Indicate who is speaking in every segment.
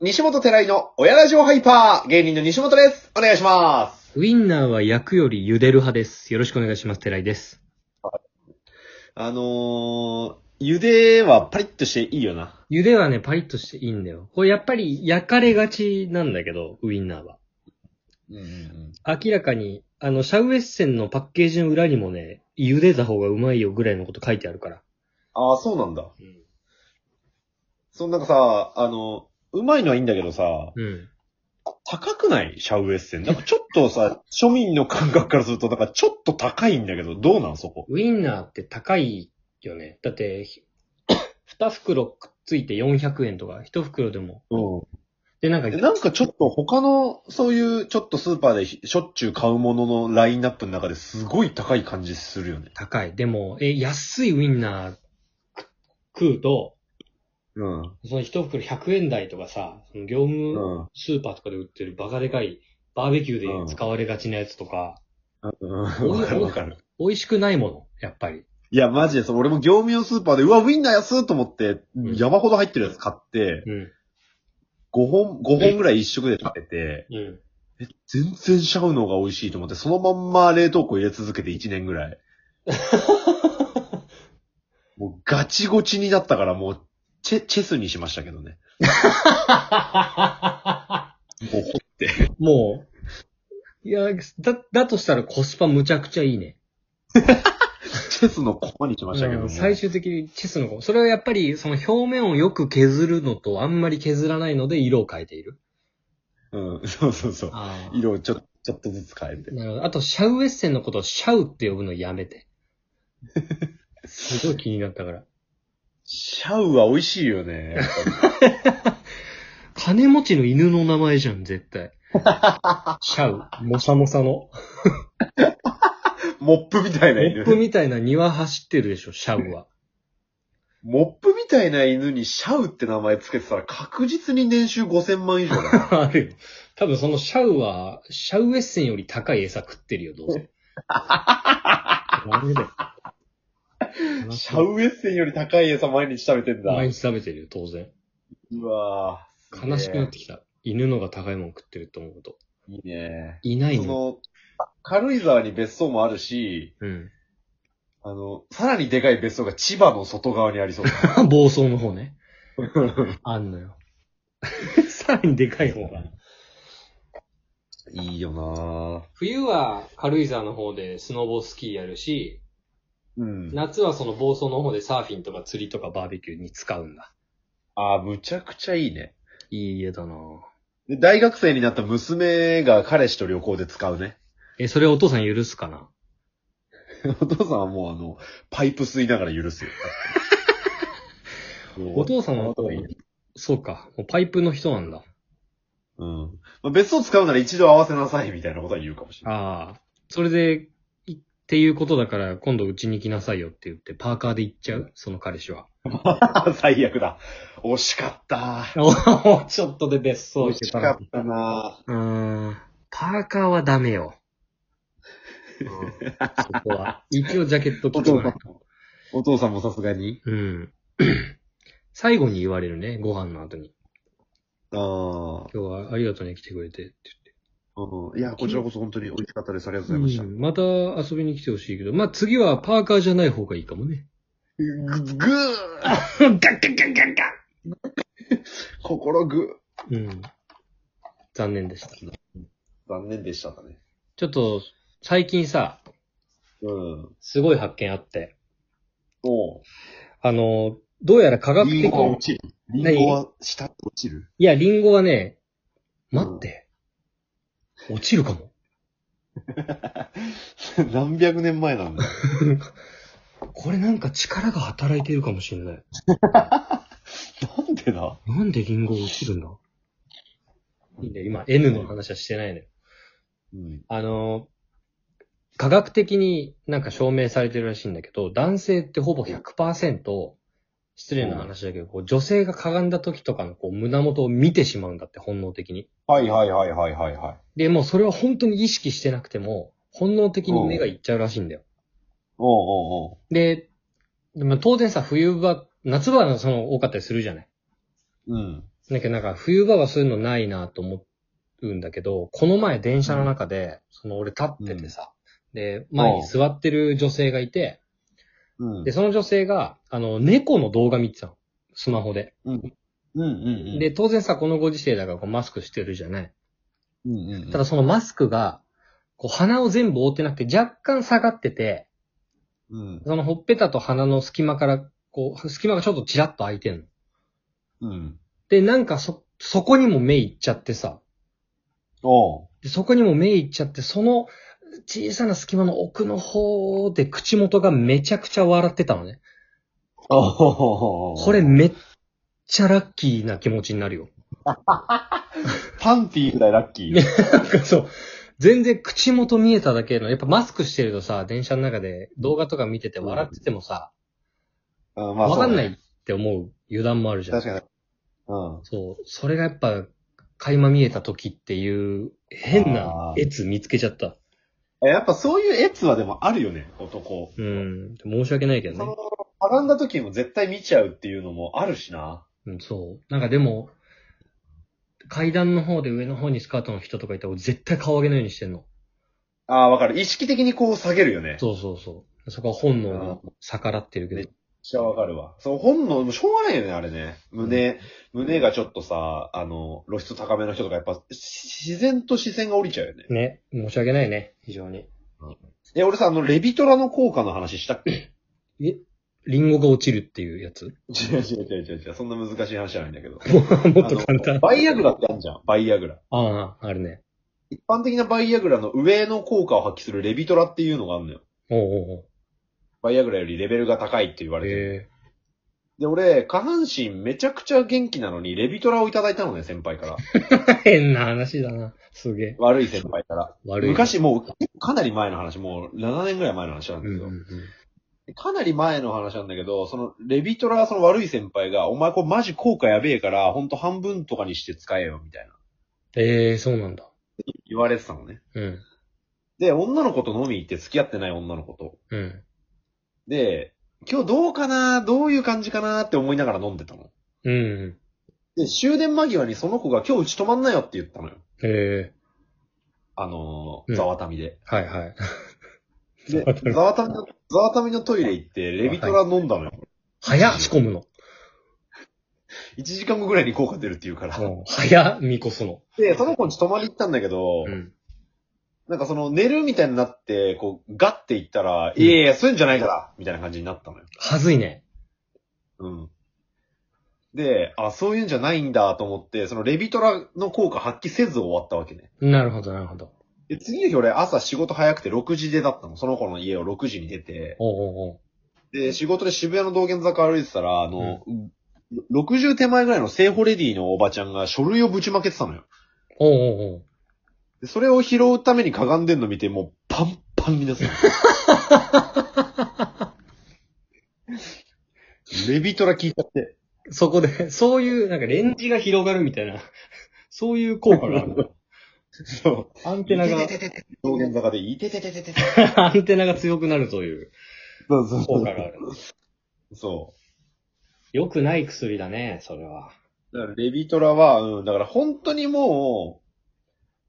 Speaker 1: 西本寺井の親ラジオハイパー、芸人の西本です。お願いします。
Speaker 2: ウィンナーは焼くより茹でる派です。よろしくお願いします。寺井です。
Speaker 1: あのー、茹ではパリッとしていいよな。
Speaker 2: 茹ではね、パリッとしていいんだよ。これやっぱり焼かれがちなんだけど、ウィンナーは。
Speaker 1: うんうんうん。
Speaker 2: 明らかに、あの、シャウエッセンのパッケージの裏にもね、茹でた方がうまいよぐらいのこと書いてあるから。
Speaker 1: ああ、そうなんだ。
Speaker 2: うん。
Speaker 1: そんなんかさ、あの、うまいのはいいんだけどさ、
Speaker 2: うん。
Speaker 1: 高くないシャウエッセン。なんかちょっとさ、 庶民の感覚からすると、なんかちょっと高いんだけど、どうなんそこ。
Speaker 2: ウィンナーって高いよね。だって、 ひ二袋くっついて400円とか、一袋でも。
Speaker 1: う
Speaker 2: で、なんか、
Speaker 1: ん。なんかちょっと他の、そういう、ちょっとスーパーでひしょっちゅう買うもののラインナップの中ですごい高い感じするよね。
Speaker 2: 高い。でも、え、安いウィンナーく食うと、
Speaker 1: うん。
Speaker 2: その一袋100円台とかさ、その業務
Speaker 1: うん。
Speaker 2: スーパーとかで売ってるバカでかいバーベキューで使われがちなやつとか、
Speaker 1: うん。わかるわかる。
Speaker 2: 美味しくないもの、やっぱり。
Speaker 1: いや、マジでそう、俺も業務用スーパーで、うわ、ウィンナー安いと思って、
Speaker 2: ん
Speaker 1: 山ほど入ってるやつ買って、
Speaker 2: うん。
Speaker 1: 5本、5本ぐらい1食で食べて、
Speaker 2: うん。
Speaker 1: え、全然シャウの方が美味しいと思って、そのまんま冷凍庫入れ続けて1年ぐらい。もうガチゴチになったから、もう、チェ、チェスにしましたけどね。もうほ
Speaker 2: もう、いや、だ、だとしたらコスパむちゃくちゃいいね。
Speaker 1: チェスの駒にしましたけど
Speaker 2: う
Speaker 1: も。
Speaker 2: ん最終的にチェスの子。それはやっぱり、その表面をよく削るのとあんまり削らないので色を変えている。
Speaker 1: うん、そうそうそう。
Speaker 2: あ
Speaker 1: 色をちょ、ちょっとずつ変えて。
Speaker 2: なるほど。あと、シャウエッセンのことをシャウって呼ぶのやめ て。すごい気になったから。
Speaker 1: シャウは美味しいよね。やっぱり
Speaker 2: 金持ちの犬の名前じゃん、絶 対。シャウ。モサモサの。
Speaker 1: モップみたい
Speaker 2: モ
Speaker 1: な犬
Speaker 2: ッ。プみたいな庭走ってるでしょ、シャウ は。
Speaker 1: モップみたいな犬にシャウって名前つけてたら確実に年収5000万以上だな。
Speaker 2: あるよ。多分そのシャウは、シャウエッセンより高い餌食ってるよ、ど うせ。ダメだよ。
Speaker 1: シャウエッセンより高い餌毎日食べてんだ。
Speaker 2: 毎日食べてるよ、当然。
Speaker 1: うわぁ。すげえ
Speaker 2: 悲しくなってきた。犬のが高いもん食ってると思うと。
Speaker 1: いいね。
Speaker 2: いない
Speaker 1: そ
Speaker 2: の。
Speaker 1: の、軽井沢に別荘もあるし、
Speaker 2: うん。
Speaker 1: あの、さらにでかい別荘が千葉の外側にありそうだ。
Speaker 2: 暴走の方ね。 あんのよ。 さらにでかい方が。
Speaker 1: いいよなぁ。
Speaker 2: 冬は軽井沢の方でスノーボースキーやるし、
Speaker 1: うん。
Speaker 2: 夏はその房総の方でサーフィンとか釣りとかバーベキューに使うんだ。
Speaker 1: あーむちゃくちゃいいね。
Speaker 2: いい家だな
Speaker 1: で、大学生になった娘が彼氏と旅行で使うね。
Speaker 2: え、それお父さん許すかな
Speaker 1: お父さんはもうあの、パイプ吸いながら許す よ。
Speaker 2: お父さんはそうか。もうパイプの人なんだ。
Speaker 1: うん。まあ、別荘使うなら一度合わせなさいみたいなことは言うかもしれない。
Speaker 2: ああ。それで、いっていうことだから、今度うちに来なさいよって言って、パーカーで行っちゃうその彼氏は。
Speaker 1: 最悪だ。惜しかった。
Speaker 2: おちょっとで別
Speaker 1: 惜
Speaker 2: 荘行け
Speaker 1: したからっ。たな
Speaker 2: うーん。パーカーはダメよ。うん、そこ は。一応ジャケット
Speaker 1: お
Speaker 2: 着て
Speaker 1: 父
Speaker 2: も
Speaker 1: さ
Speaker 2: ら
Speaker 1: んも、お父さんもさすがに。
Speaker 2: うん。 最後に言われるね、ご飯の後に。
Speaker 1: ああ。
Speaker 2: 今日はありがとうね、来てくれてって
Speaker 1: うん。いや、こちらこそ本当に美味しかったです。ありがとう
Speaker 2: 言
Speaker 1: ござ
Speaker 2: っ
Speaker 1: い
Speaker 2: て。
Speaker 1: ま
Speaker 2: うんまた遊びに来てほしいけど、まあ、次はパーカーじゃない方がいいかもね。
Speaker 1: した。ぐ、ぐー
Speaker 2: ガッガッガッガッガッガ
Speaker 1: 心ぐー
Speaker 2: ッうん。残念でした。
Speaker 1: 残念でしたかね。
Speaker 2: ちょっと、最近さ、
Speaker 1: うん。
Speaker 2: すごい発見あって。
Speaker 1: おう。
Speaker 2: あの、どうやら科学的
Speaker 1: リンゴは
Speaker 2: に
Speaker 1: 落、ちる。リ
Speaker 2: 何
Speaker 1: ンゴは下落ちる。
Speaker 2: いや、リンゴはね、待って。落ちるかも。
Speaker 1: 何百年前なんだ。
Speaker 2: これなんか力が働いてるかもしれない。
Speaker 1: なんでだ
Speaker 2: なんでリンゴ落ちるんだいいね、今 N の話はしてないね。
Speaker 1: うん。
Speaker 2: あの、科学的になんか証明されてるらしいんだけど、男性ってほぼ100%、失礼な話だけど、こう女性がかがんだ時とかのこう胸元を見てしまうんだって、本能的に。
Speaker 1: はいはいはいはいはいはい。
Speaker 2: で、もうそれは本当に意識してなくても、本能的に目がいっちゃうらしいんだよ。
Speaker 1: おうおうおう。
Speaker 2: で、まあ当然さ、冬場、夏場はその多かったりするじゃない。
Speaker 1: うん。
Speaker 2: だけどなんか冬場はそういうのないなと思うんだけど、この前電車の中で、その俺立っててさ、で、前に座ってる女性がいて、
Speaker 1: うん。
Speaker 2: で、その女性が、あの、猫の動画見てたの。スマホで。
Speaker 1: うんうんうん。
Speaker 2: で、、当然さ、このご時世だからこうマスクしてるじゃない。
Speaker 1: うんうん。
Speaker 2: ただ、そのマスクが、こう鼻を全部覆ってなくて若干下がってて、
Speaker 1: うん。
Speaker 2: そのほっぺたと鼻の隙間から、こう、隙間がちょっとチラッと開いてんの。
Speaker 1: うん。
Speaker 2: で、なんかそ、そこにも目いっちゃってさ、
Speaker 1: おう。
Speaker 2: でそこにも目いっちゃって、その小さな隙間の奥の方で口元がめちゃくちゃ笑ってたのね。
Speaker 1: お
Speaker 2: これめっちゃラッキーな気持ちになるよ。
Speaker 1: パンティーぐらいラッキー。
Speaker 2: なんかそう、全然口元見えただけの、やっぱマスクしてるとさ、電車の中で動画とか見てて笑っててもさ、
Speaker 1: うん、
Speaker 2: わ、
Speaker 1: まあそう
Speaker 2: か
Speaker 1: ね
Speaker 2: んないって思う油断もあるじゃん。
Speaker 1: 確かに。うん。
Speaker 2: そう、それがやっぱ垣間見えた時っていう変な
Speaker 1: あー
Speaker 2: やつ見つけちゃった。
Speaker 1: えやっぱそういうエツはでもあるよね、男。
Speaker 2: うん、申し訳ないけど
Speaker 1: そ
Speaker 2: ね
Speaker 1: の。、かがんだ時も絶対見ちゃうっていうのもあるしな。
Speaker 2: うん、そう。なんかでも、階段の方で上の方にスカートの人とかいたら俺絶対顔上げないようにしてんの。
Speaker 1: ああ、わかる。意識的にこう下げるよね。めっ
Speaker 2: そうそうそう。そこは本能が逆らってるけど。
Speaker 1: ちゃわかるわ。そう、本能、もうしょうがないよね、あれね。胸、胸がちょっとさ、あの、露出高めの人とかやっぱ、し自然と視線が降りちゃうよね。
Speaker 2: ね、申し訳ないね、非常に。
Speaker 1: え、俺さ、あの、レビトラの効果の話したっけ
Speaker 2: リンゴが落ちるっていうやつ
Speaker 1: 違う違う違う違う違う。そんな難しい話じゃないんだけど。
Speaker 2: もっと簡単。
Speaker 1: バイアグラってあるじゃん、バイアグラ。
Speaker 2: ああ、あるね。
Speaker 1: 一般的なバイアグラの上の効果を発揮するレビトラっていうのがあるのよ。
Speaker 2: おうおう
Speaker 1: バイアグラよりレベルが高いって言わ
Speaker 2: おう。
Speaker 1: れてる。
Speaker 2: へえ。
Speaker 1: で、俺、下半身めちゃくちゃ元気なのに、レビトラをいただいたのね、先輩から。
Speaker 2: 変な話だな。すげえ。
Speaker 1: 悪い先輩から。
Speaker 2: 悪い。
Speaker 1: 昔もう、かなり前の話、もう7年ぐらい前の話なん
Speaker 2: う
Speaker 1: で
Speaker 2: ん
Speaker 1: す
Speaker 2: うん
Speaker 1: よ。
Speaker 2: うん。
Speaker 1: かなり前の話なんだけど、その、レビトラ、その悪い先輩が、お前これマジ効果やべえから、ほんと半分とかにして使えよ、みたいな。
Speaker 2: ええそうなんだ。
Speaker 1: 言われてたのね。
Speaker 2: うん。
Speaker 1: で、女の子と飲み行って付き合ってない女の子と。
Speaker 2: うん。
Speaker 1: で、今日どうかなどういう感じかなって思いながら飲んでたの。
Speaker 2: うん。
Speaker 1: で、終電間際にその子が今日うち泊まんなよって言ったのよ。
Speaker 2: へえ。
Speaker 1: あの
Speaker 2: う
Speaker 1: ー、
Speaker 2: ん
Speaker 1: ざわたみで。
Speaker 2: はいはい。
Speaker 1: で
Speaker 2: ざわ
Speaker 1: ざわた
Speaker 2: た、み
Speaker 1: みの、ざわたみのトイレ行って、レビトラ飲んだのよ。
Speaker 2: 早っ仕込むの。
Speaker 1: 1時間後ぐらいに効果出るって言うから。
Speaker 2: うん早っ見こすの。
Speaker 1: で、その子に泊まり行ったんだけど、
Speaker 2: うん。
Speaker 1: なんかその、寝るみたいになって、こう、ガッて行ったら、
Speaker 2: うん
Speaker 1: いやいや、そういうんじゃないからみたいな感じになったのよ。
Speaker 2: はずいね。
Speaker 1: うん。で、あ、そういうんじゃないんだと思って、そのレビトラの効果発揮せず終わったわけね。
Speaker 2: なるほど、なるほど。
Speaker 1: で、次の日俺朝仕事早くて6時出だったの。その子の家を6時に出て、
Speaker 2: おうおうおう。
Speaker 1: で、仕事で渋谷の道玄坂歩いてたら、あの、60手前ぐらいの聖保レディのおばちゃんが書類をぶちまけてたのよ。
Speaker 2: おうおうおう。
Speaker 1: でそれを拾うためにかがんでんの見て、もうパンパンにな ってたの。レビトラ聞いちゃって。
Speaker 2: そこで、 そういう、なんかレンジが広がるみたいな、 そういう効果がある。
Speaker 1: そう。
Speaker 2: アンテナが
Speaker 1: い、ててててて道玄坂で、いてててててて。
Speaker 2: アンテナが強くなるという
Speaker 1: そうそう
Speaker 2: 効果があ る。
Speaker 1: そ
Speaker 2: 良くない薬だね、それは。
Speaker 1: う。だからレビトラは、うん、だから本当にも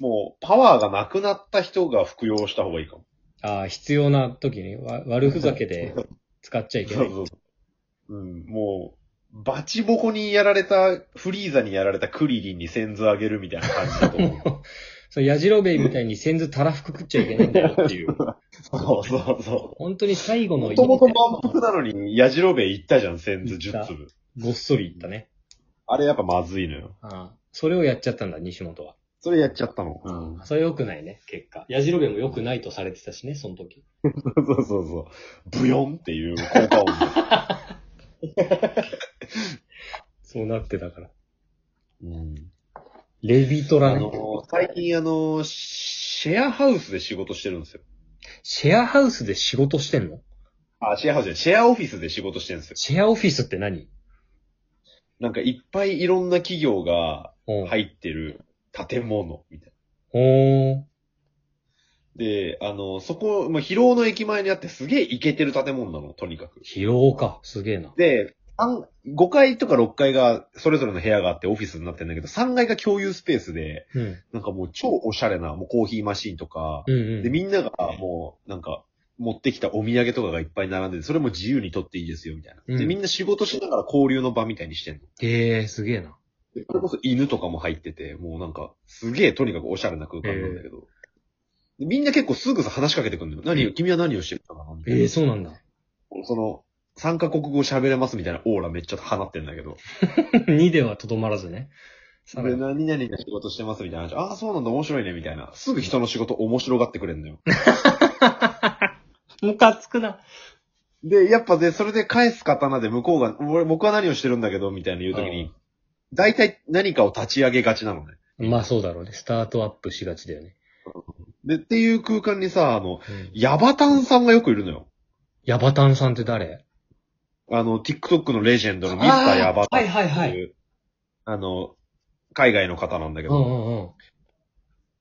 Speaker 1: う、もうパワーがなくなった人が服用した方がいいかも。
Speaker 2: ああ、必要な時に、わ悪ふざけで使っちゃいけ
Speaker 1: そ
Speaker 2: な
Speaker 1: う
Speaker 2: い。
Speaker 1: そうそう。うん、もう、バチボコにやられた、フリーザにやられたクリリンにセンズあげるみたいな感じだと思う。
Speaker 2: そう、矢印べみたいに先ずたらふく食っちゃいけないんだよって いう。
Speaker 1: そうそうそ
Speaker 2: 本当に最後
Speaker 1: う。
Speaker 2: の
Speaker 1: も
Speaker 2: 一
Speaker 1: ともと
Speaker 2: 手
Speaker 1: 満腹なのに、矢印べ行ったじゃん、センズ
Speaker 2: 行っ
Speaker 1: 10
Speaker 2: た
Speaker 1: 粒。
Speaker 2: ごっそりいったね。
Speaker 1: あれやっぱまずいのよ。
Speaker 2: ああ、それをやっちゃったんだ、西本は。
Speaker 1: それやっちゃったの。うん。
Speaker 2: それ良くないね、結果。矢印べも良くないとされてたしね、その時。
Speaker 1: そうそうそう。ブヨンっていう効果 音。
Speaker 2: そうなってたから。
Speaker 1: うん。
Speaker 2: レビト
Speaker 1: あ
Speaker 2: ラね。
Speaker 1: の、最近あの、シェアハウスで仕事してるんですよ。
Speaker 2: シェアハウスで仕事してんの
Speaker 1: あ、シェアハウスじゃない、シェアオフィスで仕事してるんですよ。
Speaker 2: シェアオフィスって何
Speaker 1: なんかいっぱいいろんな企業が
Speaker 2: おい。
Speaker 1: 入ってる建物みたいな。
Speaker 2: おー。
Speaker 1: で、あの、そこ、まあ、広尾の駅前にあってすげえイケてる建物なの、とにかく。
Speaker 2: 疲労か。すげえな。
Speaker 1: で、三5階とか6階が、それぞれの部屋があってオフィスになってんだけど、3階が共有スペースで、
Speaker 2: うん。
Speaker 1: なんかもう超おしゃれな、もうコーヒーマシンとか、
Speaker 2: うんうん。
Speaker 1: で、みんながもう、なんか、持ってきたお土産とかがいっぱい並んでて、それも自由に取っていいですよ、みたいな。
Speaker 2: う
Speaker 1: で、
Speaker 2: ん
Speaker 1: みんな仕事しながら交流の場みたいにしてんの。
Speaker 2: ええー、すげえな。
Speaker 1: でそれこそ犬とかも入ってて、もうなんか、すげえとにかくおしゃれな空間なんだけど。でみんな結構すぐさ話しかけてくるのよ。何を、君は何をしてるのかなみたい
Speaker 2: ええ
Speaker 1: な
Speaker 2: ー、そうなんだ。
Speaker 1: その、3カ国語喋れますみたいなオーラめっちゃ放ってんだけど。
Speaker 2: 2ではとどまらずね。さら
Speaker 1: で、
Speaker 2: に
Speaker 1: 何々が仕事してますみたいな話。ああ、そうなんだ、面白いね、みたいな。すぐ人の仕事面白がってくれんのよ。
Speaker 2: ムカつくな。
Speaker 1: で、やっぱで、それで返す刀で向こうが、俺、僕は何をしてるんだけど、みたいな言うとき
Speaker 2: うん
Speaker 1: に、大体何かを立ち上げがちなのね。
Speaker 2: まあそうだろうね。スタートアップしがちだよね。
Speaker 1: で、っていう空間にさ、あの、
Speaker 2: うん、
Speaker 1: ヤバタンさんがよくいるのよ。
Speaker 2: ヤバタンさんって誰
Speaker 1: あの、TikTok のレジェンドのミスターヤバタンっていう、
Speaker 2: はいはいは
Speaker 1: あの、海外の方なんだけ
Speaker 2: う
Speaker 1: ど、
Speaker 2: んうん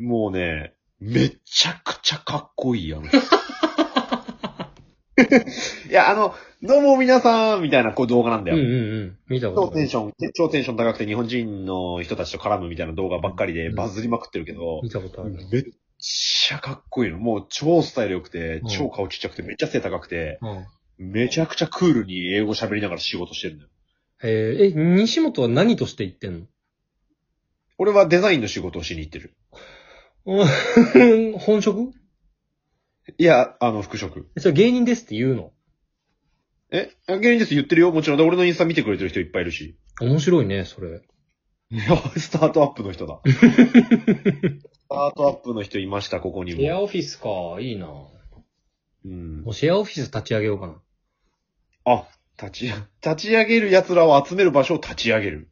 Speaker 2: うん。
Speaker 1: もうね、めちゃくちゃかっこいい やん。いや、あの、どうも皆さんみたいなこう動画なんだ
Speaker 2: うんう
Speaker 1: よ。
Speaker 2: んうん。見たこ
Speaker 1: 超
Speaker 2: と
Speaker 1: テ
Speaker 2: な
Speaker 1: ン
Speaker 2: い。
Speaker 1: ション、超テンション高くて日本人の人たちと絡むみたいな動画ばっかりで
Speaker 2: うん
Speaker 1: バズりまくってるけど、
Speaker 2: 見たことあるな。
Speaker 1: めっちゃかっこいいの。もう超スタイル良くて
Speaker 2: う、ん
Speaker 1: 超顔ちっちゃくて、めっちゃ背高くて、
Speaker 2: うん。
Speaker 1: めちゃくちゃクールに英語喋りながら仕事してるのよ。
Speaker 2: えー、え、西本は何として言ってんの
Speaker 1: 俺はデザインの仕事をしに行ってる。
Speaker 2: うん 本職
Speaker 1: いや、あの、服飾。
Speaker 2: えそれ芸人ですって言うの
Speaker 1: え、芸人です言ってるよ。もちろん。で俺のインスタ見てくれてる人いっぱいいるし。
Speaker 2: 面白いね、それ。
Speaker 1: いや、 スタートアップの人だ。スタートアップの人いました、ここに
Speaker 2: シェア
Speaker 1: も。
Speaker 2: オフィスか、いいなも
Speaker 1: うん。
Speaker 2: うシェアオフィス立ち上げようかな。
Speaker 1: あ、立ち、立ち上げる奴らを集める場所を立ち上げる。